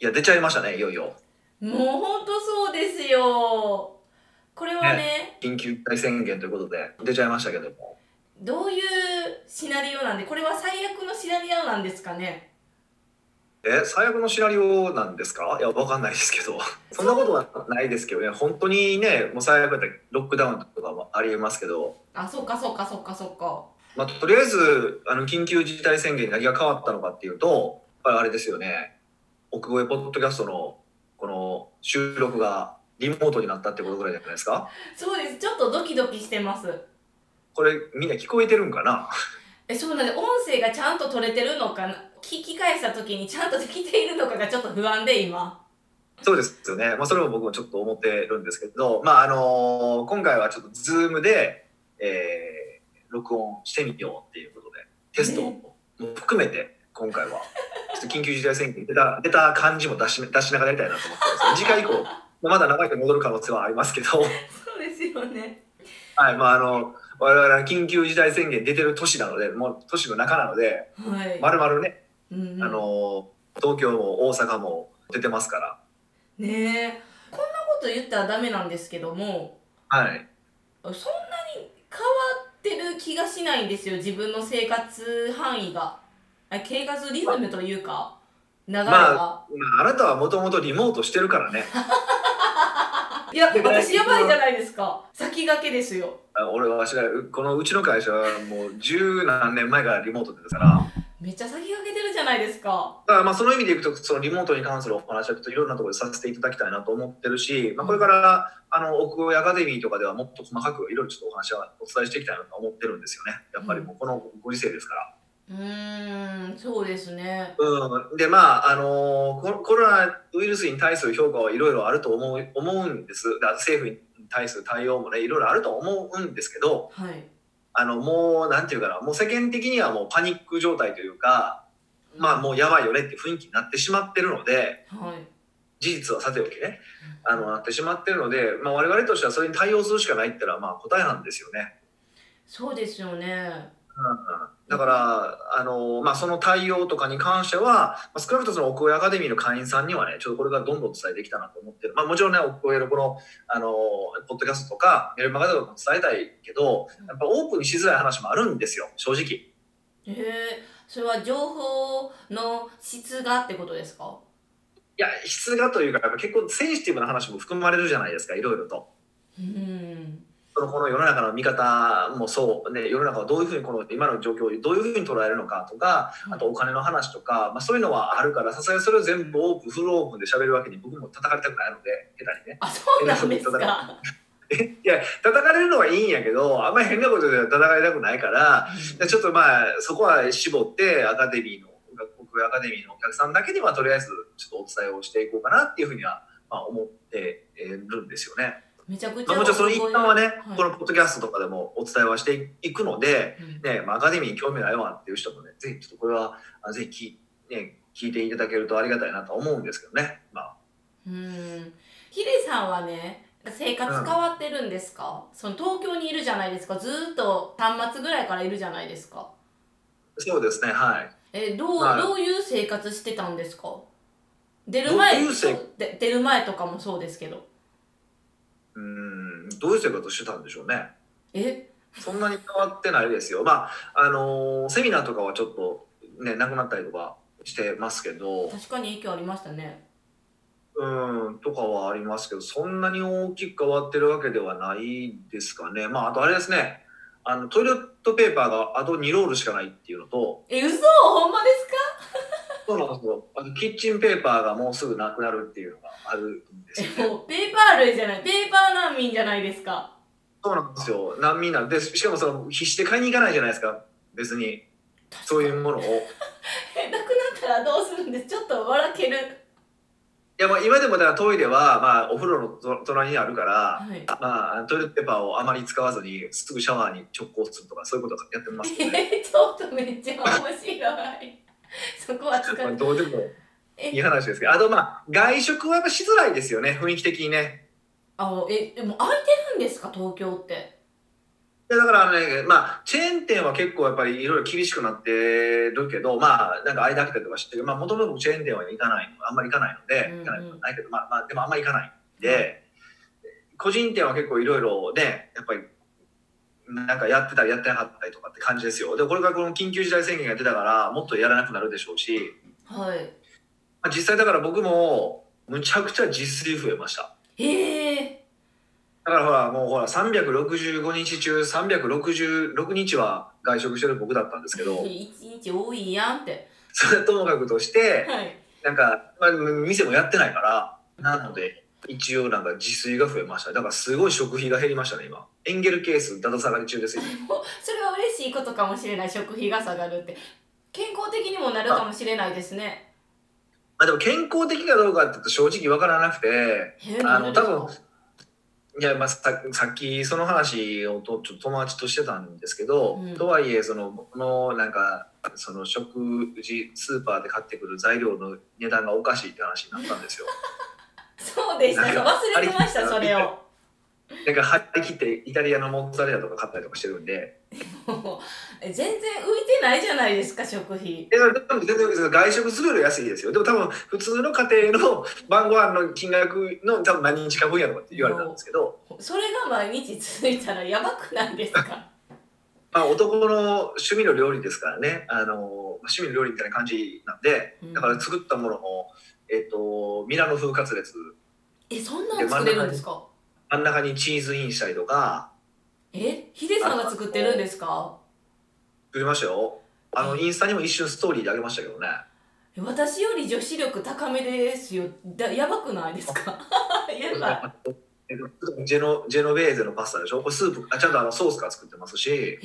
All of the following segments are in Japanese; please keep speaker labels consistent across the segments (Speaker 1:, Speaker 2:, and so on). Speaker 1: いや、出ちゃいましたね、いよいよ。
Speaker 2: もうほんとそうですよ。これはね、
Speaker 1: 緊急事態宣言ということで、出ちゃいましたけども。
Speaker 2: どういうシナリオなんで、これは最悪のシナリオなんですかね。
Speaker 1: え、最悪のシナリオなんですかいや、わかんないですけど。 そんなことはないですけどね、本当にね、もう最悪だったらロックダウンとかもありえますけど、
Speaker 2: あ、そうかそうかそうかそうか。
Speaker 1: まあ、とりあえず、あの、緊急事態宣言に何が変わったのかっていうと、やっぱりあれですよね、奥越えポッドキャストの、この収録がリモートになったってことぐらいじゃないですか
Speaker 2: そうです。ちょっとドキドキしてます。
Speaker 1: これ、みんな聞こえてるんかな
Speaker 2: え、そうなんで、音声がちゃんと取れてるのかな、聞き返した時にちゃんとできているのかがちょっと不安で今。
Speaker 1: そうですよね。まあ、それも僕もちょっと思ってるんですけど、まあ、あの今回はちょっと Zoom で、えー録音してみようっていうことで、テストも含めて、今回は、ちょっと緊急事態宣言出た、出た感じも出し、出しながらやりたいなと思ってます。次回以降、まだ長いく戻る可能性はあります けど、
Speaker 2: そうですよね。
Speaker 1: はい、まあ、あの、我々は緊急事態宣言出てる都市なので、もう都市の中なので、
Speaker 2: はい。
Speaker 1: まるまるね、
Speaker 2: うんうん
Speaker 1: あの東京も大阪も出てますから、
Speaker 2: ねえこんなこと言ったらダメなんですけども
Speaker 1: はい。
Speaker 2: そんなに変わってる気がしないんですよ自分の生活範囲があ生活リズムというか流れが、
Speaker 1: ままあ、あなたはもともとリモートしてるからね。
Speaker 2: いや私やばいじゃないですか先駆けですよ
Speaker 1: あ俺は知らなこのうちの会社はもう十何年前からリモートですからだか
Speaker 2: めっちゃ先駆けてるじゃないですから
Speaker 1: まあその意味でいくとそのリモートに関するお話はちょっといろんなところでさせていただきたいなと思ってるし、まあ、これからあの奥越えアカデミーとかではもっと細かくいろいろちょっとお話はお伝えしていきたいなと思ってるんですよねやっぱりもうこのご時世ですから。
Speaker 2: うーんそうですね
Speaker 1: うん、でまあ、あのココロナウイルスに対する評価はいろいろあると思う思うんですだから政府に対する対応もねいろいろあると思うんですけど、
Speaker 2: はい
Speaker 1: あのもうなんていうかなもう世間的にはもうパニック状態というかまあもうやばいよねって雰囲気になってしまってるので
Speaker 2: はい
Speaker 1: 事実はさておきねあのなってしまってるので、まあ、我々としてはそれに対応するしかないってのはまあ答えなんですよね。
Speaker 2: そうですよね
Speaker 1: うんうんだからあの、まあ、その対応とかに関しては、まあ、少なくともその奥越えアカデミーの会員さんにはねちょっとこれからどんどん伝えていきたいなと思ってる、まあ、もちろんね奥越えのこのあのポッドキャストとかメルマガとかも伝えたいけどやっぱオープンにしづらい話もあるんですよ正直。
Speaker 2: えー、それは情報の質がってことですか
Speaker 1: いや質がというかやっぱ結構センシティブな話も含まれるじゃないですかいろいろと。
Speaker 2: うん
Speaker 1: そのこの世の中の見方もそう、ね、世の中をどういうふうにこの今の状況をどういうふうに捉えるのかとかあとお金の話とか、まあ、そういうのはあるからさすがにそれを全部オープンフルオープンで喋るわけに僕も叩かれたくないので下手にね
Speaker 2: あそうなんですか
Speaker 1: いや叩かれるのはいいんやけどあんまり変なことでは叩かれたくないからでちょっとまあそこは絞ってアカデミーの国アカデミーのお客さんだけにはとりあえずちょっとお伝えをしていこうかなっていうふうには、まあ、思ってえーるんですよね。
Speaker 2: めちゃくち
Speaker 1: ま
Speaker 2: ゃ
Speaker 1: あ、もちろんその一環はね、
Speaker 2: はい
Speaker 1: このポッドキャストとかでもお伝えはしていくので、
Speaker 2: うん
Speaker 1: ねまあ、アカデミーに興味ないわっていう人もねぜひちょっとこれはあぜひ聞,、ね、聞いていただけるとありがたいなと思うんですけどね。まあ
Speaker 2: うんヒデさんはね生活変わってるんですか、その東京にいるじゃないですかずーっと端末ぐらいからいるじゃないですか
Speaker 1: そうですねはい
Speaker 2: えどう、
Speaker 1: はい
Speaker 2: どういう生活してたんですか出る前
Speaker 1: どういう生活
Speaker 2: で出る前とかもそうですけど
Speaker 1: うんどういう生活してたんでしょうね
Speaker 2: え
Speaker 1: そんなに変わってないですよまああのーセミナーとかはちょっとねなくなったりとかしてますけど
Speaker 2: 確かに影響ありましたね
Speaker 1: うんとかはありますけどそんなに大きく変わってるわけではないですかねまああとあれですねあのトイレットペーパーがあと2ロールしかないっていうのと
Speaker 2: え嘘ほんまですか
Speaker 1: そうなんですよ。あのキッチンペーパーがもうすぐなくなるっていうのがあるんですよ
Speaker 2: え
Speaker 1: ね。
Speaker 2: もうペーパー類じゃないペーパー難民じゃないですか
Speaker 1: そうなんですよ。難民なんで、しかもその必死で買いに行かないじゃないですか。別にそういうものを。い
Speaker 2: えなくなったらどうするんですちょっと笑ける
Speaker 1: やまあ今でもだからトイレはまあお風呂のと隣にあるから、
Speaker 2: はい
Speaker 1: まあトイレットペーパーをあまり使わずにすぐシャワーに直行するとかそういうことやってますよね。
Speaker 2: えちょっとめっちゃ面白いそこは使
Speaker 1: まあ
Speaker 2: う
Speaker 1: どうでもいい
Speaker 2: え
Speaker 1: 話ですけど、あとまあ外食はやっぱしづらいですよね。雰囲気的にね。
Speaker 2: あえでも空いてるんですか東京って
Speaker 1: やだからあのね、まあ、チェーン店は結構やっぱりいろいろ厳しくなってるけど、まあ、なんか間開けたりとかしてる、まあ、もともとチェーン店は行かない、あんまり行かないので、
Speaker 2: うんうん
Speaker 1: 行かないことないけど、まあ、まあ、でもあんまり行かないんで、個人店は結構いろいろね、やっぱり、なんかやってたりやってなかったりとかって感じですよ。で、これからこの緊急事態宣言が出たから、もっとやらなくなるでしょうし、
Speaker 2: はい。
Speaker 1: まあ、実際だから僕も、むちゃくちゃ自炊増えました。
Speaker 2: へえ。
Speaker 1: だからほら、もうほら、365日中、366日は外食してる僕だったんですけど、
Speaker 2: 一日多いやんって。
Speaker 1: それはともかくとして、
Speaker 2: はい。
Speaker 1: なんか、まあ、店もやってないから、なので、一応なんか自炊が増えました。だからすごい食費が減りましたね、今。エンゲルケース、だだ下がり中です よ。
Speaker 2: それは嬉しいことかもしれない。食費が下がるって。健康的にもなるかもしれないですね。
Speaker 1: まあでも健康的かどうかって言うと正直わからなくて、
Speaker 2: へえ。
Speaker 1: あ
Speaker 2: な
Speaker 1: の
Speaker 2: んでですか
Speaker 1: 多分いや、まあ、ささっきその話をとちょっと友達としてたんですけど、
Speaker 2: うん
Speaker 1: とはいえその僕のなんかその食事スーパーで買ってくる材料の値段がおかしいって話になったん ですよ。
Speaker 2: そうでしたね。
Speaker 1: なんか
Speaker 2: 忘れてました、それを。
Speaker 1: なんか張り切ってイタリアのモッツァレラとか買ったりとかしてるんで
Speaker 2: もう 全然浮いてないじゃないですか、食費。
Speaker 1: ででも全然外食するより安いですよでも多分普通の家庭の晩ご飯の金額の多分何日か分やとかって言われたんですけど、
Speaker 2: それが毎日続いたらやばくな いですか
Speaker 1: まあ、男の趣味の料理ですからねあの趣味の料理みたいな感じなんで。だから作ったものも、えっとミラノ風カツレツ
Speaker 2: え、そんなん作れるんですか
Speaker 1: 真ん中にチーズインしたりとか
Speaker 2: え、ヒデさんが作ってるんですか
Speaker 1: 作りましたよあの
Speaker 2: うん
Speaker 1: インスタにも一瞬ストーリーであげましたけどね
Speaker 2: 私より女子力高めですよ。だやばくないで すかやばい。
Speaker 1: えっとジェノジェノベーゼのパスタでしょこれスープあちゃんとあのソースから作ってますし
Speaker 2: え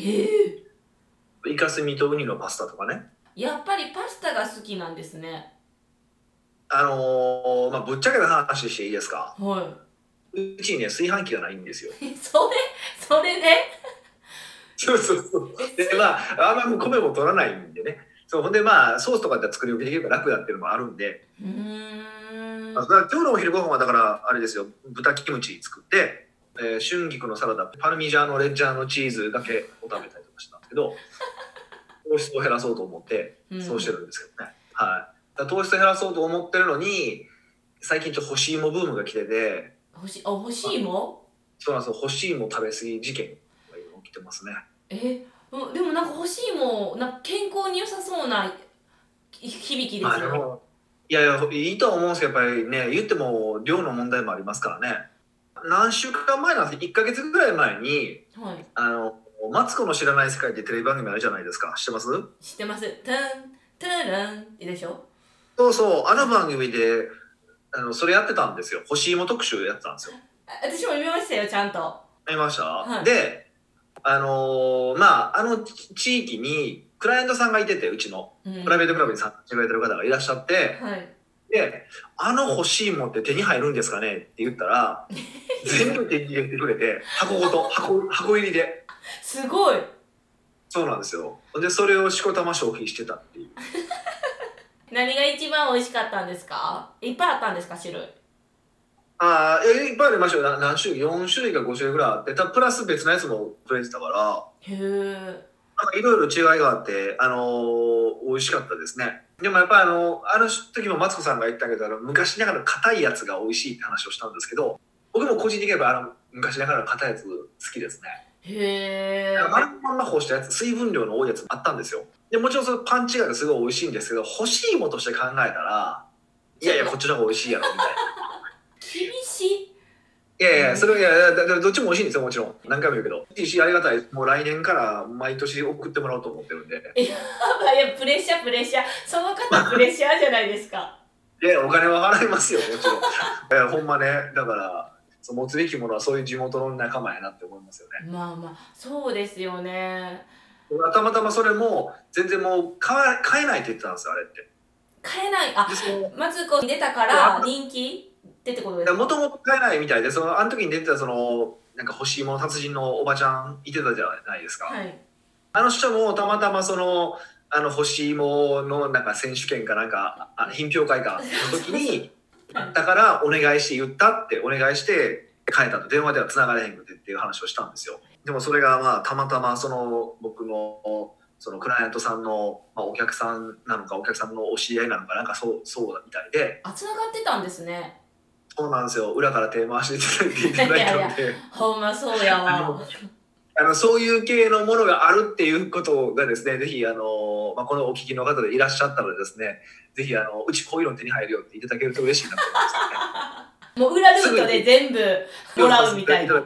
Speaker 2: え
Speaker 1: イカスミとウニのパスタとかね
Speaker 2: やっぱりパスタが好きなんですね。
Speaker 1: あのーまあぶっちゃけた話していいですか
Speaker 2: は
Speaker 1: うちにね炊飯器がないんですよ
Speaker 2: い。えそれ、それで
Speaker 1: そうそうそうでまああんまり米も取らないんでねそうほんでまあソースとかって作り置きできるから楽だっていうのもあるんで
Speaker 2: うーん。
Speaker 1: あだから今日のお昼ご飯はだからあれですよ豚キムチ作って、えー春菊のサラダパルミジャーノレッジャーのチーズだけを食べたりとかしたんですけど 糖質を減らそうと思って
Speaker 2: うん
Speaker 1: そうしてるんですけどね、はいだから糖質を減らそうと思ってるのに最近ちょっと干し芋ブームが来てて
Speaker 2: 欲しい、あ、欲しいも
Speaker 1: そうなんですよ干し芋食べ過ぎ事件が今起きてますね
Speaker 2: え、うんでもなんか欲しいも、なんか健康に良さそうなひ響きで
Speaker 1: まあ
Speaker 2: す
Speaker 1: で
Speaker 2: よ。
Speaker 1: もいやいやいいとは思うんですけどやっぱりね言っても量の問題もありますからね何週間前なんです1ヶ月ぐらい前に
Speaker 2: はい。
Speaker 1: あの、マツコの知らない世界ってテレビ番組あるじゃないですか。知ってます
Speaker 2: 知ってます。タン、タランってでしょ
Speaker 1: そうそう、あの番組で、あの、それやってたんですよ。干し芋特集やってたんですよ。
Speaker 2: あ私も見ましたよ、ちゃんと。は
Speaker 1: 見ました、
Speaker 2: はい
Speaker 1: で、あのーまあ、あの地地域に、クライアントさんがいてて、うちの、
Speaker 2: い。
Speaker 1: プライベートクラブに参加してくれてる方がいらっしゃって、
Speaker 2: はい。
Speaker 1: で、あの干し芋って手に入るんですかねって言った ら、全部手に入れてくれて、箱ごと、箱、箱入りで。
Speaker 2: すごい。
Speaker 1: そうなんですよ。で、それをしこたま消費してたっていう。
Speaker 2: 何が一番美味しかったんですかいっぱいあったんですか種類。
Speaker 1: ああ、えいっぱいありましたよ。な何種類 ?4 種類か5種類ぐらいあって、たプラス別のやつもくれてたから、
Speaker 2: へー
Speaker 1: なんかいろいろ違いがあって、あのー美味しかったですね。でもやっぱりあの、あの時もマツコさんが言ったけど、あの昔ながら硬いやつが美味しいって話をしたんですけど、僕も個人的に言えばあの昔ながら硬いやつ好きですね。
Speaker 2: へー
Speaker 1: 丸のまんま干したやつ、水分量の多いやつあったんですよ。で、もちろんそのパンチがすごい美味しいんですけど、干し芋として考えたら、いやいや、こっちの方が美味しいやろ、みたいな。
Speaker 2: 厳しい。
Speaker 1: いやいや、それはいやいや、だだどっちも美味しいんですよ、もちろん。何回も言うけど。いいし、ありがたい。もう来年から毎年送ってもらおうと思ってるんで。
Speaker 2: あまあいや、プレッシャー、プレッシャー。その方、プレッシャーじゃないですか。
Speaker 1: で、お金は払いますよ、もちろん。いや、ほんまね、だから、そう持つべきものはそういう地元の仲間やなって思いますよね。
Speaker 2: まあまあ、そうですよね。
Speaker 1: 僕はたまたまそれも、全然もう買わ買えないって言ってたんですよ、あれって。
Speaker 2: 買えない。あ、
Speaker 1: で、その
Speaker 2: マツコに出たから人気ってってことですか
Speaker 1: もともと買えないみたいで、その、あの時に出てた、その、なんか欲しいもの達人のおばちゃんいてたじゃないですか。
Speaker 2: はい。
Speaker 1: あの人もたまたまその、あの、星芋のなんか選手権かなんか、あ品評会かの時 に、だからお願いして言ったって、お願いして変えたと、電話では繋がれへんくてっていう話をしたんですよ。でもそれがまあたまたまその僕のそのクライアントさんの、まあ、お客さんなのかお客さんのお知り合いなのかなんかそうそうみたいで
Speaker 2: あ、繋がってたんですね。
Speaker 1: そうなんですよ裏から手回していただいてい ただいたので
Speaker 2: ほんまそうやわ。
Speaker 1: あのそういう系のものがあるっていうことがですねぜひあの、まあ、このお聞きの方でいらっしゃったらですねぜひあのうちこういうの手に入るよって言っていただけると嬉しいなと思いますね。
Speaker 2: もう裏ルートで全部 もらうみたいな。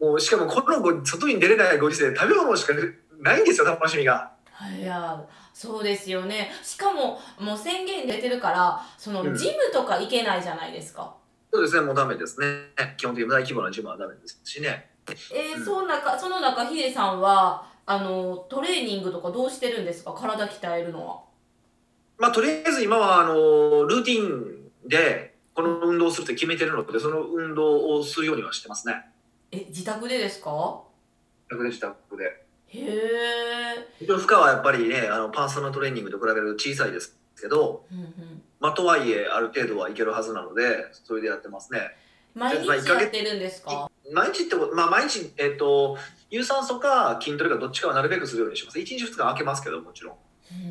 Speaker 1: もうしかもこのご外に出れないご時世食べ物しかないんですよ楽しみが。
Speaker 2: いやそうですよねしかももう宣言出てるからその
Speaker 1: うん
Speaker 2: ジムとか行けないじゃないですか、
Speaker 1: そうですねもうダメですね基本的に大規模なジムはダメですしね。
Speaker 2: えー
Speaker 1: うん
Speaker 2: そんなかその中ヒデさんはあのトレーニングとかどうしてるんですか体鍛えるのは
Speaker 1: まあとりあえず今はあのルーティンでこの運動をするって決めてるのでその運動をするようにはしてますね。
Speaker 2: え自宅でですか
Speaker 1: 自宅で自宅で。
Speaker 2: へえ、
Speaker 1: 一応負荷はやっぱりねあのパーソナルトレーニングと比べると小さいですけど、
Speaker 2: うんうん、
Speaker 1: まあ、とはいえある程度はいけるはずなのでそれでやってますね。
Speaker 2: 毎日
Speaker 1: まあ一ヶ月
Speaker 2: やってるんですか
Speaker 1: 毎日ってこと、まあ、毎日、えっと、有酸素か筋トレかどっちかはなるべくするようにします。1日2日空けますけど、もちろん。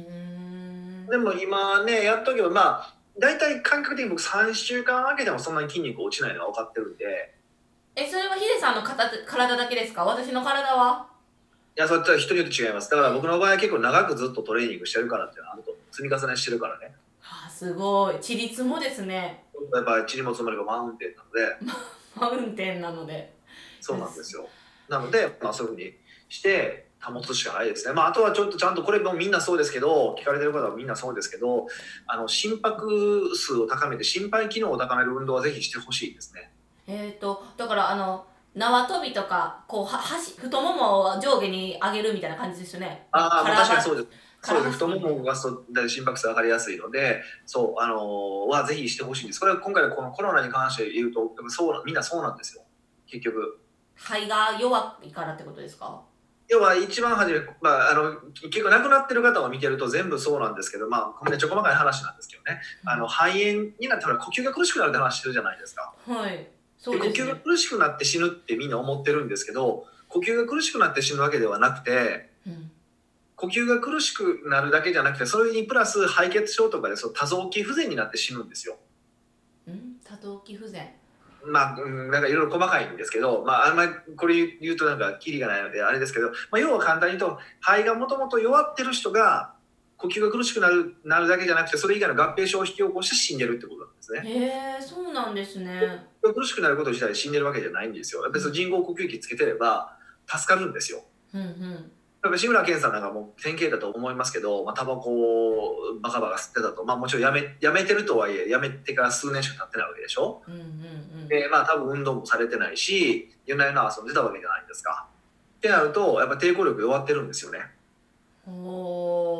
Speaker 2: うーん
Speaker 1: でも今ね、やっとけば、まあ、大体感覚的に僕3週間空けてもそんなに筋肉落ちないのは分かってるんで、
Speaker 2: えそれはヒデさんの肩体だけですか私の体はい
Speaker 1: や、それは人によって違います。だから僕の場合は結構長くずっとトレーニングしてるからっていうのはあると、積み重ねしてるからね。
Speaker 2: はあすごい地立もですね
Speaker 1: やっぱり塵も積もればマウンテンなので、
Speaker 2: マウンテンなので
Speaker 1: そうなんですよ。なので、まあ、そういうふうにして保つしかないですね。まあ、あとはちょっとちゃんとこれもみんなそうですけど聞かれてる方はみんなそうですけどあの心拍数を高めて心肺機能を高める運動はぜひしてほしいですね。
Speaker 2: えっ、とだからあの縄跳びとかこうははし太ももを上下に上げるみたいな感じですよね
Speaker 1: ああまあ確かにそうです。
Speaker 2: 体
Speaker 1: そうです太ももを動かすとだい心拍数上がりやすいのでそう、あのーはぜひしてほしいんです。これは今回のこのコロナに関して言うとでもそうなみんなそうなんですよ結局。
Speaker 2: 肺が弱いからってことですか
Speaker 1: 要は一番初め、まあ、あの結構亡くなってる方を見てると全部そうなんですけど、まあ、こんなちょこまかい話なんですけどね、あの肺炎になってほら呼吸が苦しくなるって話してるじゃないですか
Speaker 2: はいそ
Speaker 1: で
Speaker 2: う
Speaker 1: 呼
Speaker 2: です
Speaker 1: 吸が
Speaker 2: ね
Speaker 1: 苦しくなって死ぬってみんな思ってるんですけど呼吸が苦しくなって死ぬわけではなくて
Speaker 2: うん
Speaker 1: 呼吸が苦しくなるだけじゃなくてそれにプラス敗血症とかでそう多臓器不全になって死ぬんですよ。
Speaker 2: うん多動器不全
Speaker 1: まあ、うんなんかいろいろ細かいんですけど、まあ、あんまりこれ言うとなんかキリがないのであれですけど、まあ、要は簡単に言うと肺がもともと弱ってる人が呼吸が苦しくなるなるだけじゃなくてそれ以外の合併症を引き起こして死んでるってことなんですね。
Speaker 2: へえそうなんですね
Speaker 1: 苦しくなること自体死んでるわけじゃないんですよ。やっぱりその人工呼吸器つけてれば助かるんですよ。
Speaker 2: うんうん
Speaker 1: やっぱ志村けんさんなんかもう典型だと思いますけど、まあ、タバコをバカバカ吸ってたと、まあ、もちろんやめやめてるとはいえやめてから数年しか経ってないわけでしょ。
Speaker 2: うんうんうん
Speaker 1: でまあ多分運動もされてないし夜な夜な遊んでたわけじゃないですか。ってなるとやっぱ抵抗力弱ってるんですよね。
Speaker 2: お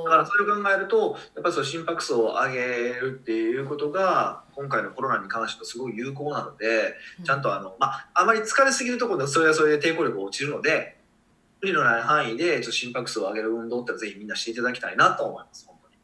Speaker 1: だからそれを考えるとやっぱりその心拍数を上げるっていうことが今回のコロナに関してはすごい有効なのでちゃんとあの、まあ、あまり疲れすぎるところでそれはそれで抵抗力が落ちるので無理のない範囲でちょっと心拍数を上げる運動ってのはぜひみんなしていただきたいなと思います。本当に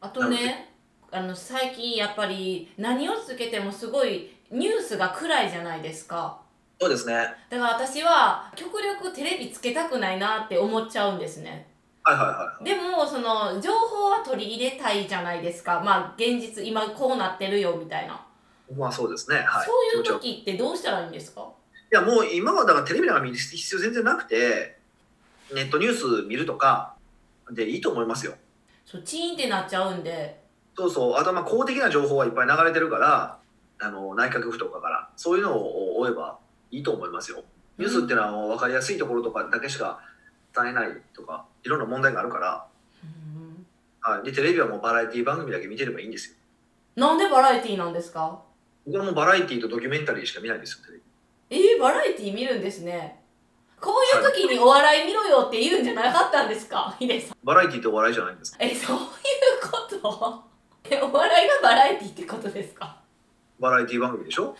Speaker 2: あとねあの最近やっぱり何をつけてもすごいニュースが暗いじゃないですか
Speaker 1: そうですね。はい
Speaker 2: だから私は極力テレビつけたくないなって思っちゃうんですね
Speaker 1: はいはいはい。
Speaker 2: でもその情報は取り入れたいじゃないですかまあ現実今こうなってるよみたいな、
Speaker 1: まあそうですね。はい。
Speaker 2: そういう
Speaker 1: 気持ち
Speaker 2: 時ってどうしたらいいんですか
Speaker 1: いやもう今はだからテレビなんか見る必要全然なくてネットニュース見るとかでいいと思いますよ。
Speaker 2: そうチーンってなっちゃうんで
Speaker 1: そうそうあとまあ公的な情報はいっぱい流れてるからあの内閣府とかからそういうのを追えばいいと思いますよ。ニュースってのはもう分かりやすいところとかだけしか伝えないとかいろんな問題があるから、
Speaker 2: うん
Speaker 1: はい、でテレビはもうバラエティ番組だけ見てればいいんですよ。
Speaker 2: なんでバラエティーなんですか
Speaker 1: 僕はもうバラエティとドキュメンタリーしか見ないんですよテレビ。
Speaker 2: えー、バラエティー見るんですねこういう時にお笑い見ろよって言うんじゃなかったんですかヒデさん
Speaker 1: バラエティってお笑いじゃないんですか
Speaker 2: えそういうこと えお笑いがバラエティーってことですか
Speaker 1: バラエティ番組で しょ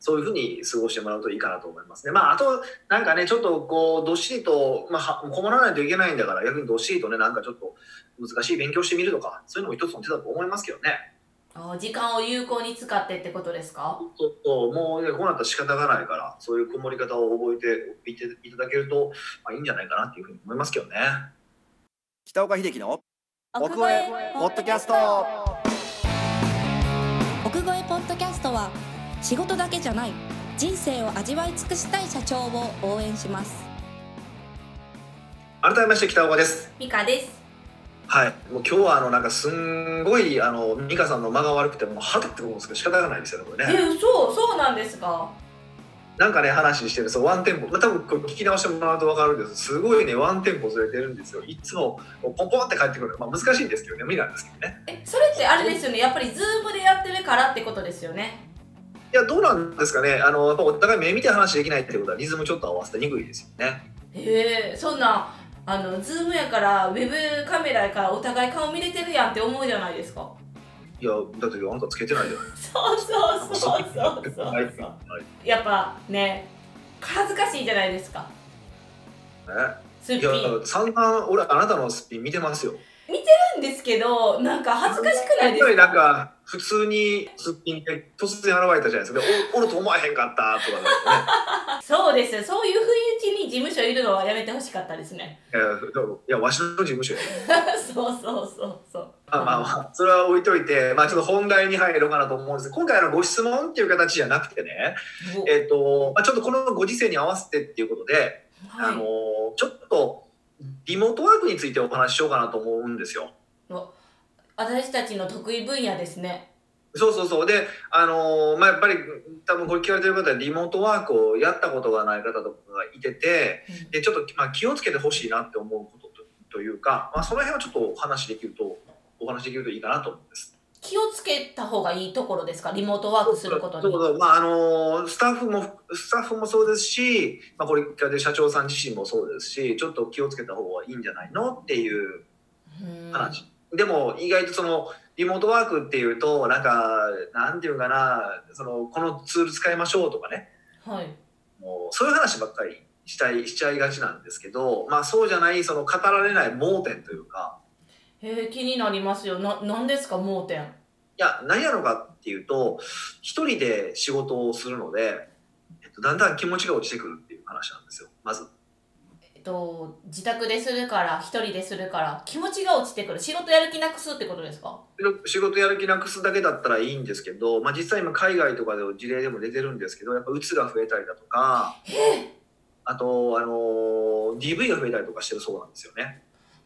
Speaker 1: そういうふうに過ごしてもらうといいかなと思いますね。まあ、あと、なんかね、ちょっとこう、どっしりと、まあ、は困らないといけないんだから、逆にどっしりとね、なんかちょっと難しい勉強してみるとか、そういうのも一つの手だと思いますけどね。
Speaker 2: あー時間を有効に使ってってことですか
Speaker 1: そうそうもうね、こうなったら仕方がないから、そういうこもり方を覚えていていただけると、まあ、いいんじゃないかなっていうふうに思いますけどね。
Speaker 3: 北岡秀樹の奥越えポッドキャスト
Speaker 4: 奥越えポッドキャストは仕事だけじゃない人生を味わい尽くしたい社長を応援します
Speaker 1: 改めまして北岡です。
Speaker 2: ミカです
Speaker 1: はい、もう今日はあのなんかすんごいあの美香さんの間が悪くてもう腹立ってくるんですけど仕方がないですよねこれね。
Speaker 2: え嘘そうなんですか
Speaker 1: なんかね話してるそうワンテンポ、まあ、多分これ聞き直してもらうと分かるんですけどすごいねワンテンポずれてるんですよ。いつもポンポンって帰ってくる、まあ、難しいんですけどね無理なんですけどね。
Speaker 2: えそれってあれですよねやっぱりズームでやってるからってことですよね
Speaker 1: いやどうなんですかねあのやっぱお互い目見て話できないってことはリズムちょっと合わせてにくいですよね。
Speaker 2: へえそんなあのズームやからウェブカメラやからお互い顔見れてるやんって思うじゃないですか
Speaker 1: いやだってあんたつけてないじゃん。
Speaker 2: そうそうそうそうそう
Speaker 1: はい
Speaker 2: そうやっぱね恥ずかしいじゃないですか
Speaker 1: はいね
Speaker 2: すっ
Speaker 1: い
Speaker 2: ぴ
Speaker 1: やだ
Speaker 2: ん
Speaker 1: から散々俺あなたのスピン見てますよ。
Speaker 2: なんですけどなんか恥ずかしくな
Speaker 1: や
Speaker 2: い
Speaker 1: っ
Speaker 2: で
Speaker 1: ぱ
Speaker 2: す
Speaker 1: りなん
Speaker 2: か
Speaker 1: か普通にすっぴんで突然現れたじゃないですか。でおおると思わへんかったとかなんか
Speaker 2: そうですよそういう雰囲気に事務所いるのはやめてほしかったですね
Speaker 1: ね。いやでもいやわしの事務所や。
Speaker 2: そうそうそうそう
Speaker 1: まあまあ まあそれは置いといて、まあちょっと本題に入ろうかなと思うんですけど、今回のご質問っていう形じゃなくてね、
Speaker 2: お
Speaker 1: えっ、とまあちょっとこのご時世に合わせてっていうことで、あ
Speaker 2: はい
Speaker 1: のちょっとリモートワークについてお話ししようかなと思うんですよ。
Speaker 2: 私たちの得意分野ですね
Speaker 1: そうそうそうであのーまあやっぱり多分これ聞かれてる方はリモートワークをやったことがない方とかがいてて
Speaker 2: うん
Speaker 1: でちょっと、まあ、気をつけてほしいなって思うこととというか、まあ、その辺はちょっとお話できるとお話できるといいかなと思うんです。
Speaker 2: 気をつけた方がいいところですかリモートワークすること
Speaker 1: そう
Speaker 2: に
Speaker 1: そうまああのースタッフもスタッフもそうですし、まあ、これ聞かれてる社長さん自身もそうですしちょっと気をつけた方がいいんじゃないのっていう
Speaker 2: うん
Speaker 1: 話、でも意外とそのリモートワークっていうとなんかなんていうかなそのこのツール使いましょうとかね
Speaker 2: はい
Speaker 1: もうそういう話ばっかりしたいしちゃいがちなんですけど、まあ、そうじゃないその語られない盲点というか
Speaker 2: へえ気になりますよな何ですか盲点
Speaker 1: いや何やろかっていうと一人で仕事をするので、えっと、だんだん気持ちが落ちてくるっていう話なんですよまず。
Speaker 2: えっと自宅でするから一人でするから気持ちが落ちてくる仕事やる気なくすってことですか
Speaker 1: 仕事やる気なくすだけだったらいいんですけど、まあ、実際今海外とかでも事例でも出てるんですけどやっぱ鬱が増えたりだとかあと、あのー DV が増えたりとかしてるそうなんですよね。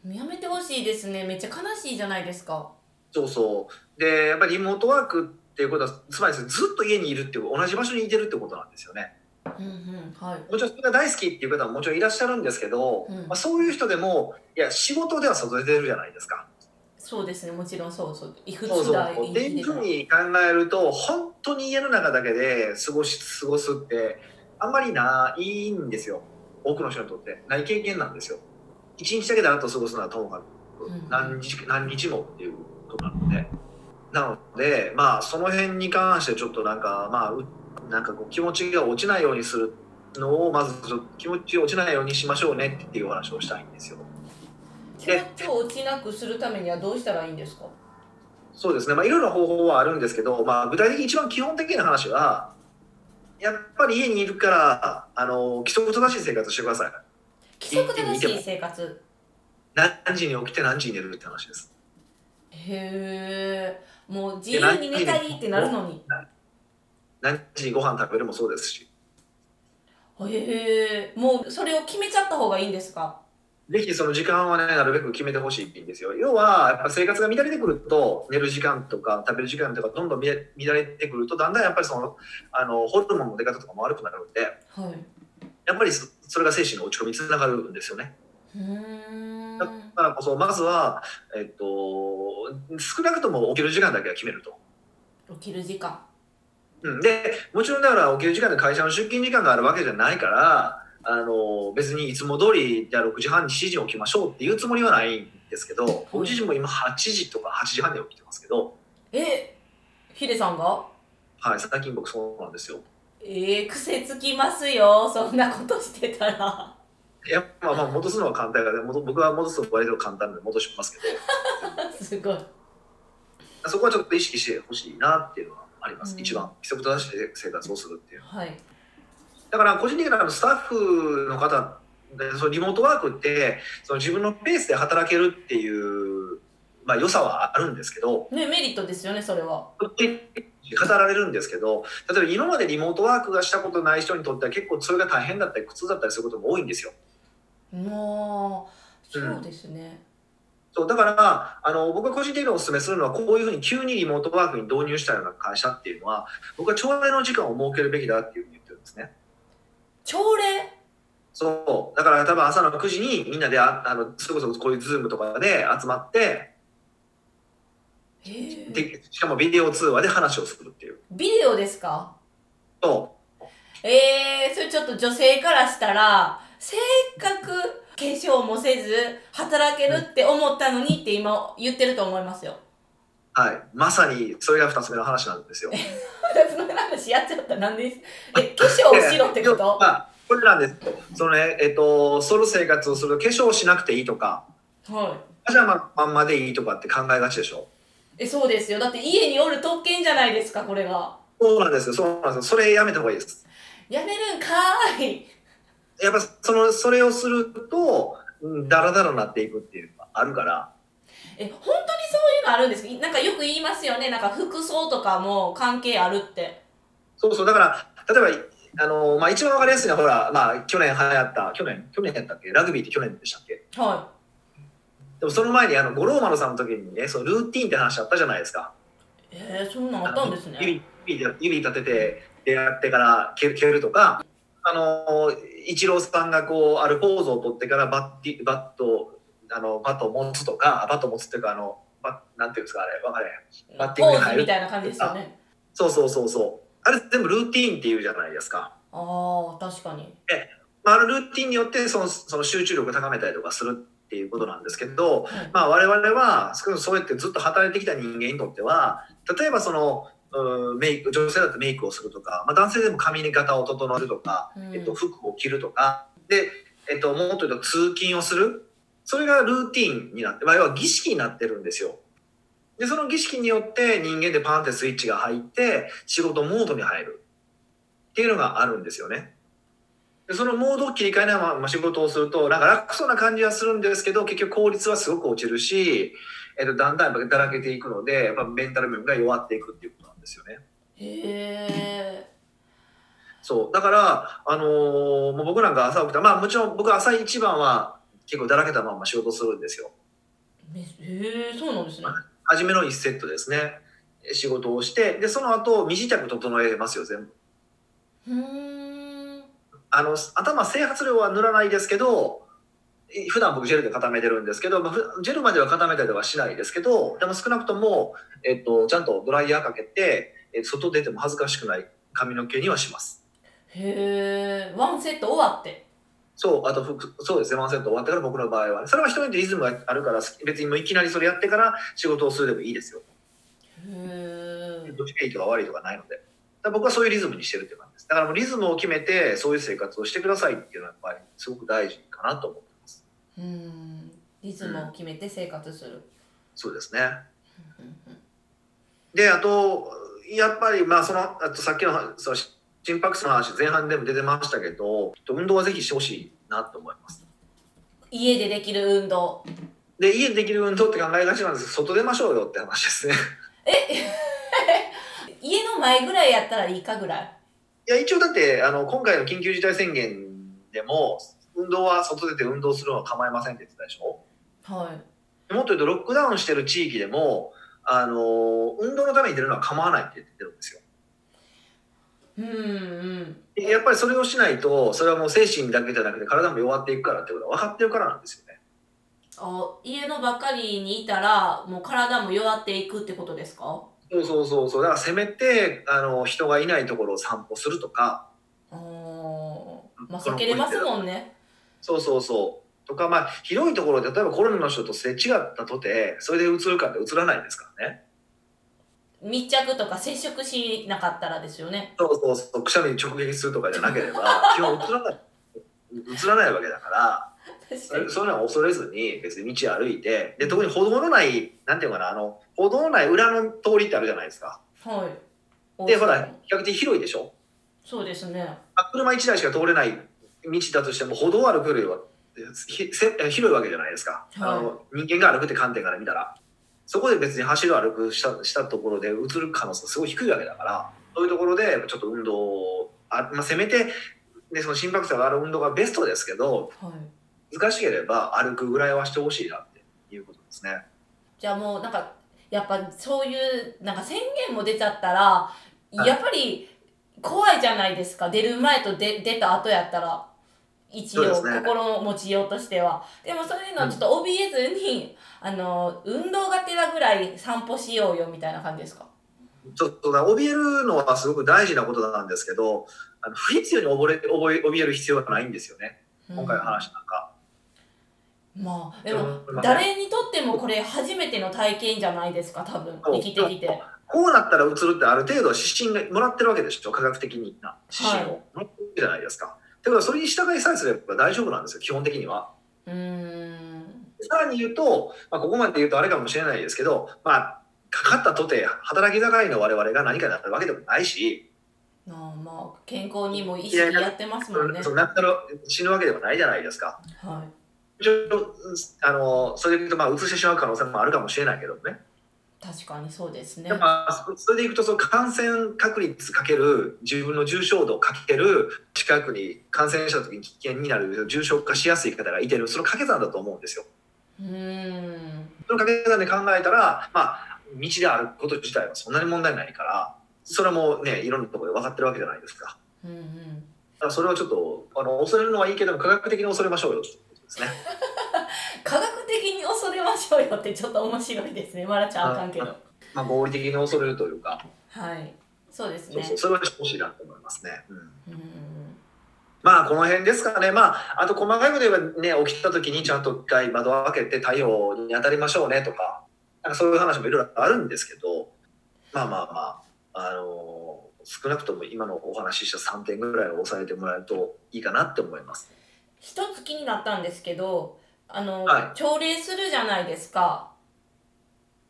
Speaker 2: やめてほしいですねめっちゃ悲しいじゃないですか
Speaker 1: そうそうでやっぱりリモートワークっていうことはつまりですねずっと家にいるっていう同じ場所にいてるってことなんですよね。
Speaker 2: うんうんはい
Speaker 1: もちろんそれが大好きっていう方ももちろんいらっしゃるんですけど、
Speaker 2: うん
Speaker 1: まあ、そういう人でもいや仕事では外れてるじゃないですか。
Speaker 2: そうですねもちろんそうそういく
Speaker 1: そう
Speaker 2: つ
Speaker 1: そう
Speaker 2: だ
Speaker 1: そう。って
Speaker 2: い
Speaker 1: いう
Speaker 2: い
Speaker 1: ふうに考えると本当に家の中だけで過ごし過ごすってあんまりないんですよ多くの人にとってない経験なんですよ。一日だけだと過ごすのはともかく、
Speaker 2: うん
Speaker 1: 何日何日もっていうことなのでなのでまあその辺に関してちょっとなんかまあうなんかこう気持ちが落ちないようにするのをまずちょっと気持ち落ちないようにしましょうねっていうお話をしたいんですよ。
Speaker 2: 気持ちを落ちなくするためにはどうしたらいいんですか
Speaker 1: そうですね、まあ、いろいろな方法はあるんですけど、まあ、具体的に一番基本的な話はやっぱり家にいるからあの規則正しい生活をしてください
Speaker 2: 規則正しい生活
Speaker 1: 何時に起きて何時に寝るって話です
Speaker 2: へえもう自由に寝たいってなるのに
Speaker 1: 何時にご飯食べるもそうですし
Speaker 2: へえもうそれを決めちゃった方がいいんですか
Speaker 1: ぜひその時間はねなるべく決めてほしいんですよ要はやっぱ生活が乱れてくると寝る時間とか食べる時間とかどんどん乱れ乱れてくるとだんだんやっぱりそのあのホルモンの出方とかも悪くなるんで
Speaker 2: はい
Speaker 1: やっぱりそそれが精神の落ち込みにつながるんですよね
Speaker 2: うーん
Speaker 1: だからこそまずは、えっと、少なくとも起きる時間だけは決めると。
Speaker 2: 起きる時間
Speaker 1: うん、でもちろんだから起きる時間で会社の出勤時間があるわけじゃないからあの別にいつも通りじゃあ6時半に7時に起きましょうっていうつもりはないんですけど僕自身も今8時とか8時半に起きてますけど、
Speaker 2: えヒデさんが
Speaker 1: はい、最近僕そうなんですよ。
Speaker 2: えー、癖つきますよそんなことしてた ら
Speaker 1: いやまあまあ戻すのは簡単だから戻僕は戻すのは割と簡単なんで戻しますけど。
Speaker 2: すごい
Speaker 1: そこはちょっと意識してほしいなっていうのはあります、
Speaker 2: うん
Speaker 1: 一番規則正しい生活をするっていう
Speaker 2: はい。
Speaker 1: だから個人的なあのスタッフの方でそのリモートワークってその自分のペースで働けるっていう、まあ、良さはあるんですけど
Speaker 2: ね、メリットですよね、それは。
Speaker 1: 語られるんですけど例えば今までリモートワークがしたことない人にとっては結構それが大変だったり苦痛だったりすることも多いんですよ。う
Speaker 2: もう、
Speaker 1: ん
Speaker 2: そうですね。
Speaker 1: そうだからあの僕が個人的にお勧めするのはこういうふうに急にリモートワークに導入したような会社っていうのは僕は朝礼の時間を設けるべきだっていうふうに言ってるんですね。
Speaker 2: 朝礼
Speaker 1: そうだから多分朝の9時にみんなでああのそれこそこういうズームとかで集まって
Speaker 2: へえ。
Speaker 1: でしかもビデオ通話で話をするっていう。
Speaker 2: ビデオですか
Speaker 1: そ
Speaker 2: えー、それちょっと女性からしたら、せっかく化粧もせず、働けるって思ったのにって今言ってると思いますよ。
Speaker 1: うはい、まさにそれが2つ目の話なん ですよ。
Speaker 2: 私の話やっちゃった。なんでえ、化粧をしろってこ
Speaker 1: でま
Speaker 2: と
Speaker 1: あ、これなんですそのねえっとソロ生活をすると化粧をしなくていいとか
Speaker 2: はい。
Speaker 1: パジャマのまんまでいいとかって考えがちでしょ
Speaker 2: え、そうですよ。だって家におる特権じゃないですか、これが。
Speaker 1: そうなんですよそうなんですよそれやめた方がいいです
Speaker 2: やめるんかーい。
Speaker 1: やっぱそのそれをするとうんダラダラなっていくっていうのがあるから
Speaker 2: え、本当にそういうのあるんですかなんかよく言いますよね。なんか服装とかも関係あるって。
Speaker 1: そうそうだから例えばあの、まあ、一番わかりやすいのはほら、まあ、去年流行った去年去年やったっけラグビーって去年でしたっけ
Speaker 2: は
Speaker 1: でもその前にあの五郎丸さんの時にねそのルーティンって話あったじゃないですか
Speaker 2: い。えー、そんなんあったんですね。
Speaker 1: 指指で指立ててやってから蹴る蹴るとかあのイチローさんがこうあるポーズを取ってからバッティバットあのバットを持つとかバットを持つっていうかあのバッなんていうんですかあれ分かれへん
Speaker 2: ポ
Speaker 1: バッティングに
Speaker 2: ー
Speaker 1: 入
Speaker 2: ズ
Speaker 1: る
Speaker 2: みたいな感じですよね。
Speaker 1: そうそうそうそうあれ全部ルーティーンっていうじゃないですか、
Speaker 2: ああ、確かに。
Speaker 1: まあ、あのルーティーンによってそのその集中力を高めたりとかするっていうことなんですけど、
Speaker 2: はい
Speaker 1: まあ、我々は少なくともそうやってずっと働いてきた人間にとっては例えばそのうんメイク女性だとメイクをするとか、まあ、男性でも髪型を整えるとか、
Speaker 2: うん
Speaker 1: えっと、服を着るとかで、えっと、もっと言うと通勤をするそれがルーティンになって、まあ、要は儀式になってるんですよ。でその儀式によって人間でパンってスイッチが入って仕事モードに入るっていうのがあるんですよね。でそのモードを切り替えながらまあ仕事をするとなんか楽そうな感じはするんですけど結局効率はすごく落ちるし、えっと、だんだんやっぱだらけていくのでやっぱメンタル面が弱っていくっていうことなんですよね。
Speaker 2: へ
Speaker 1: そうだから、あのーもう僕なんか朝起きたらまあもちろん僕朝一番は結構だらけたまま仕事するんですよ。
Speaker 2: え。めへえ、そうなんですね。
Speaker 1: 初めの1セットですね仕事をしてでその後身支度整えますよ全部
Speaker 2: うーん。
Speaker 1: あの頭整髪料は塗らないですけどい普段僕ジェルで固めてるんですけど、まあ、ふジェルまでは固めたりはしないですけどでも少なくとも、えっと、ちゃんとドライヤーかけてえ外出ても恥ずかしくない髪の毛にはします
Speaker 2: へえ、ワンセット終わって。
Speaker 1: そうあと服そうですねワンセット終わってから僕の場合は、ね、それは人によってリズムがあるから別にもういきなりそれやってから仕事をするでもいいですよ
Speaker 2: へえ。
Speaker 1: どっちがいいとか悪いとかないので。だから僕はそういうリズムにしてるって感じです。だからもうリズムを決めて、そういう生活をしてくださいっていうのは、やっぱりすごく大事かなと思ってます。
Speaker 2: うーん。リズムを決めて生活する。
Speaker 1: そうですね。
Speaker 2: うんうん
Speaker 1: で、あと、やっぱり、まあ、その、あとさっきの話、その心拍数の話、前半でも出てましたけど、きっと運動はぜひしてほしいなと思います。
Speaker 2: 家でできる運動。
Speaker 1: で、家でできる運動って考えがちなんですけど、外出ましょうよって話ですね。
Speaker 2: 家の前ぐらいやったらいいかぐらい。
Speaker 1: いや、一応だって、あの、今回の緊急事態宣言でも、運動は外出て運動するのは構いませんって言ってたでしょ
Speaker 2: はい。
Speaker 1: もっと言うとロックダウンしてる地域でも、あのー運動のために出るのは構わないって言ってるんですよ。
Speaker 2: うんうん。
Speaker 1: でやっぱりそれをしないとそれはもう精神だけじゃなくて体も弱っていくからってことは分かってるからなんですよね。
Speaker 2: あ家のばっかりにいたらもう体も弱っていくってことですか
Speaker 1: そうそうそうそうだからせめてあの人がいないところを散歩するとか
Speaker 2: あーまあ避けれますもんね
Speaker 1: そうそうそうとかまあ広いところで例えばコロナの人とすれ違ったとてそれでうつるかってうつらないですからね。
Speaker 2: 密着とか接触しなかったらですよね
Speaker 1: そうそうそうくしゃみに直撃するとかじゃなければ基本うつらないうつらないわけだから。
Speaker 2: 確
Speaker 1: そ
Speaker 2: かに
Speaker 1: れそういうのは恐れずに別に道歩いてで特に歩道のないなんていうのかなあの歩道のない裏の通りってあるじゃないですか
Speaker 2: はい
Speaker 1: でほら比較的広いでしょ
Speaker 2: そうですね
Speaker 1: あ車1台しか通れない道だとしても歩道を歩くよりはひせ広いわけじゃないですか、
Speaker 2: はい
Speaker 1: あの人間が歩くって観点から見たらそこで別に走る歩くしたしたところで移る可能性がすごい低いわけだからそういうところでちょっと運動をあ、まあ、せめて、ね、その心拍数が上がる運動がベストですけど
Speaker 2: はい
Speaker 1: 難しければ歩くぐらいはしてほしいなっていうことですね。
Speaker 2: じゃあもうなんかやっぱそういうなんか宣言も出ちゃったら
Speaker 1: い
Speaker 2: やっぱり怖いじゃないですか出る前と出出た後やったら一応、
Speaker 1: そうですね
Speaker 2: 心の持ちようとしてはでもそういうのをちょっと怯えずに、あの運動がてらぐらい散歩しようよみたいな感じですか
Speaker 1: ちょっとな怯えるのはすごく大事なことなんですけどあの不必要に溺れ溺れ怯える必要はないんですよね今回の
Speaker 2: うん
Speaker 1: 話なんか。
Speaker 2: まあでも
Speaker 1: うん
Speaker 2: 誰にとってもこれ初めての体験じゃないですか多分
Speaker 1: そう
Speaker 2: 生きてきて
Speaker 1: そうこうなったらうつるってある程度指針がもらってるわけでしょ科学的にな指針を、
Speaker 2: は
Speaker 1: もらってるわけじゃないですか。ってことはそれに従いさえすれば大丈夫なんですよ基本的には。
Speaker 2: うーん
Speaker 1: さらに言うと、まあ、ここまで言うとあれかもしれないですけど、まあ、かかったとて働き盛りの我々が何かになったわけでもないし、
Speaker 2: まあまあ健康にも意識やってますもんね
Speaker 1: その亡くなる死ぬわけでもないじゃないですか。
Speaker 2: はい
Speaker 1: 一応あのそれで言うとまあうつしてしまう可能性もあるかもしれないけどね。
Speaker 2: 確かにそうですね。
Speaker 1: でもまあそそれでいくとその感染確率かける自分の重症度かける近くに感染した時に危険になる重症化しやすい方がいてるその掛け算だと思うんですよ。
Speaker 2: うーん。
Speaker 1: その掛け算で考えたら、まあ、道で歩くこと自体はそんなに問題ないからそれもねいろんなところで分かってるわけじゃないですか。
Speaker 2: うんう
Speaker 1: だ
Speaker 2: ん。
Speaker 1: からそれはちょっとあの恐れるのはいいけども科学的に恐れましょうよってことですね。
Speaker 2: 科学的に恐れましょうよってちょっと面白いですね。まらちゃんあかんけど。
Speaker 1: まあ、合理的に恐れるというか、
Speaker 2: はい。そうです
Speaker 1: そう
Speaker 2: ね
Speaker 1: そう。それは欲しいなと思いますね。うん
Speaker 2: うんうん。
Speaker 1: まあこの辺ですかね、まあ、あと細かいこと言えばね、起きた時にちゃんと一回窓を開けて太陽に当たりましょうねとか、なんかそういう話もいろいろあるんですけど、まあまあまあ、あのー少なくとも今のお話しした3点ぐらいを抑えてもらえるといいかなって思います。
Speaker 2: 一つ気になったんですけど、あの、
Speaker 1: は
Speaker 2: 朝礼するじゃないですか。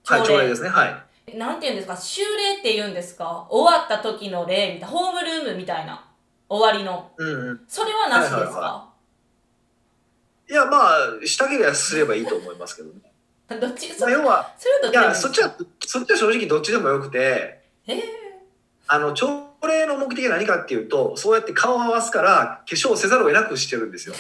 Speaker 1: はい、朝礼ですね、はい。
Speaker 2: なんて言うんですか修礼って言うんですか終わった時の礼みたいな。ホームルームみたいな。終わりの。
Speaker 1: うんうん、
Speaker 2: それはなしですか、
Speaker 1: はいはいはいや、まあ、したければすればいいと思いますけどね。
Speaker 2: どっちそ
Speaker 1: まあ、
Speaker 2: れは
Speaker 1: 要は、
Speaker 2: ど
Speaker 1: い
Speaker 2: っちでもいい
Speaker 1: や、
Speaker 2: です
Speaker 1: そっちは、そっちは正直どっちでもよくて、
Speaker 2: えー
Speaker 1: あの朝礼の目的は何かっていうとそうやって顔を合わすから化粧をせざるを得なくしてるんですよ。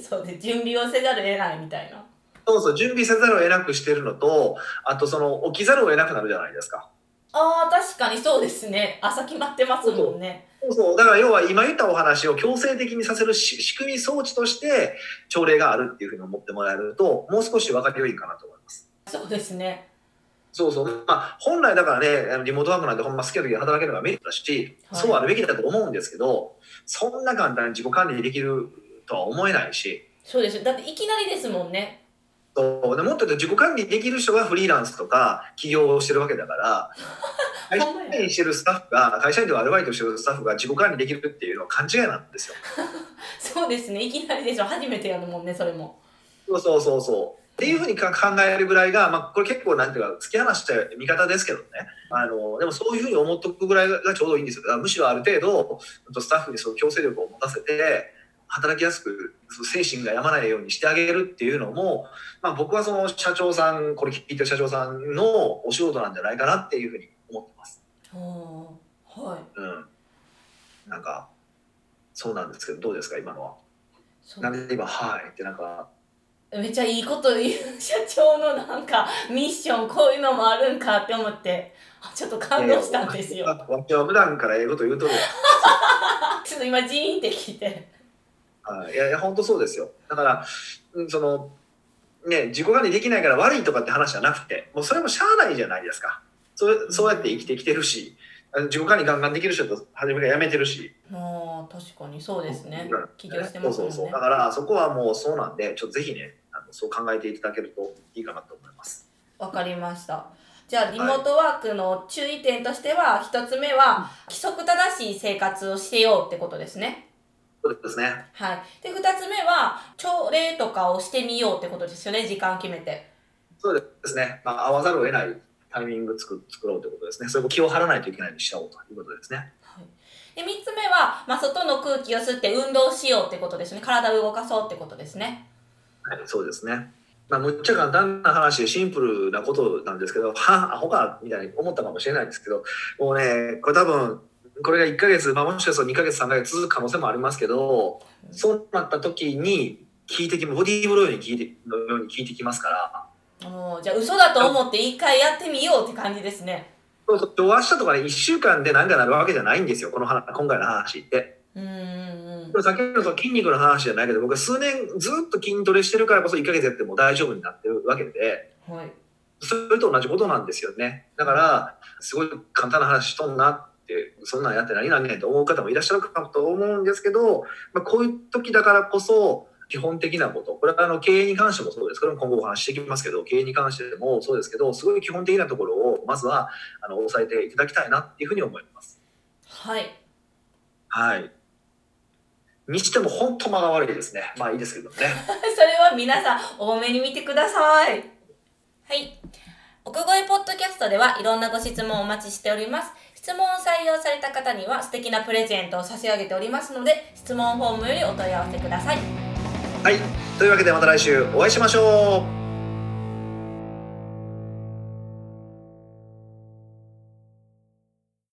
Speaker 2: そうで準備をせざるを得ないみたいな。
Speaker 1: そうそう準備せざるを得なくしてるのとあとその起きざるを得なくなるじゃないですか。
Speaker 2: ああ確かにそうですね朝決まってますもんね
Speaker 1: そうそうだから要は今言ったお話を強制的にさせるし仕組み装置として朝礼があるっていうふうに思ってもらえるともう少し分かりよいかなと思います。
Speaker 2: そうですね
Speaker 1: そうそうまあ本来だからねあのリモートワークなんてほんま好きな時に働けるのがメリットだし、
Speaker 2: はい
Speaker 1: そうあるべきだと思うんですけどそんな簡単に自己管理できるとは思えないし。
Speaker 2: そうですだっていきなりですもんね
Speaker 1: そうでもっと言うと自己管理できる人がフリーランスとか起業をしてるわけだから 会社
Speaker 2: ほんまや
Speaker 1: 員してるスタッフが会社員ではアルバイトしてるスタッフが自己管理できるっていうのは勘違いなんですよ。
Speaker 2: そうですねいきなりでしょ初めてやるもんねそれも
Speaker 1: そうそうそうそうっていうふうにか考えるぐらいが、まあ、これ結構なんていうか突き放した見方ですけどねあのでもそういうふうに思っとくぐらいがちょうどいいんですよだからむしろある程度スタッフにその強制力を持たせて働きやすくその精神が病まないようにしてあげるっていうのも、まあ、僕はその社長さんこれ聞いてる社長さんのお仕事なんじゃないかなっていうふうに思ってます。
Speaker 2: おーはい
Speaker 1: うん、なんかそうなんですけどどうですか今のは。
Speaker 2: そ
Speaker 1: な
Speaker 2: うん
Speaker 1: で今「はい」ってなんか
Speaker 2: めっちゃいいこと言う社長のなんかミッションこういうのもあるんかって思ってあちょっと感動したんですよ
Speaker 1: わわしは普段から英語と言うとるやん
Speaker 2: あちょっと今ジーンって聞いて
Speaker 1: はいいやいや本当そうですよだからうんそのね自己管理できないから悪いとかって話じゃなくてもうそれもしゃあないじゃないですかそうそうやって生きてきてるしあの自己管理ガンガンできる人と初めからやめてるし
Speaker 2: あー確かにそうですね
Speaker 1: うん
Speaker 2: 起業してます
Speaker 1: そ
Speaker 2: も
Speaker 1: う
Speaker 2: んね
Speaker 1: そうそうだからそこはもうそうなんでちょっとぜひねあのそう考えていただけるといいかなと思います
Speaker 2: わかりました。じゃあリモートワークの注意点としては、一つ目は規則正しい生活をしてようってことですね。
Speaker 1: そうですね。
Speaker 2: はい。で、二つ目は、朝礼とかをしてみようってことですよね、時間決めて。
Speaker 1: そうですね。まあ、会わざるを得ないタイミングつく作ろうということですね。それも気を張らないといけないようにしちゃおうということですね。
Speaker 2: はい。で、三つ目は、まあ、外の空気を吸って運動しようってことですね。体を動かそうってことですね。
Speaker 1: はい、そうですね。まあ、むっちゃ簡単な話でシンプルなことなんですけど、 はあ、アホか、みたいに思ったかもしれないんですけど、もうね、これ多分、これが1ヶ月、まあ、もしかしたら2ヶ月、3ヶ月続く可能性もありますけど、そうなった時に、効いてき、ボディーブローに効いて、のように効いてきますから、
Speaker 2: もう、じゃあ嘘だと思って一回やってみようって感じですね。
Speaker 1: そうそう、明日とかね、1週間で何かなるわけじゃないんですよ、この話、今回の話って。
Speaker 2: うーん
Speaker 1: で。も先ほどの筋肉の話じゃないけど僕は数年ずっと筋トレしてるからこそ1ヶ月やっても大丈夫になってるわけで
Speaker 2: はい。
Speaker 1: それと同じことなんですよねだからすごい簡単な話しとんなってそんなんやって何なんねんと思う方もいらっしゃるかもと思うんですけど、まあ、こういう時だからこそ基本的なことこれはあの経営に関してもそうですけど今後お話ししていきますけど経営に関してもそうですけどすごい基本的なところをまずはあの抑えていただきたいなっていうふうに思います。
Speaker 2: はい。
Speaker 1: はいにしても本当間が悪いですね。まあいいですけどね。
Speaker 2: それは皆さん多めに見てください。はい。奥越ポッドキャストではいろんなご質問をお待ちしております。質問を採用された方には素敵なプレゼントを差し上げておりますので、質問フォームよりお問い合わせください。
Speaker 1: はい、というわけでまた来週お会いしましょう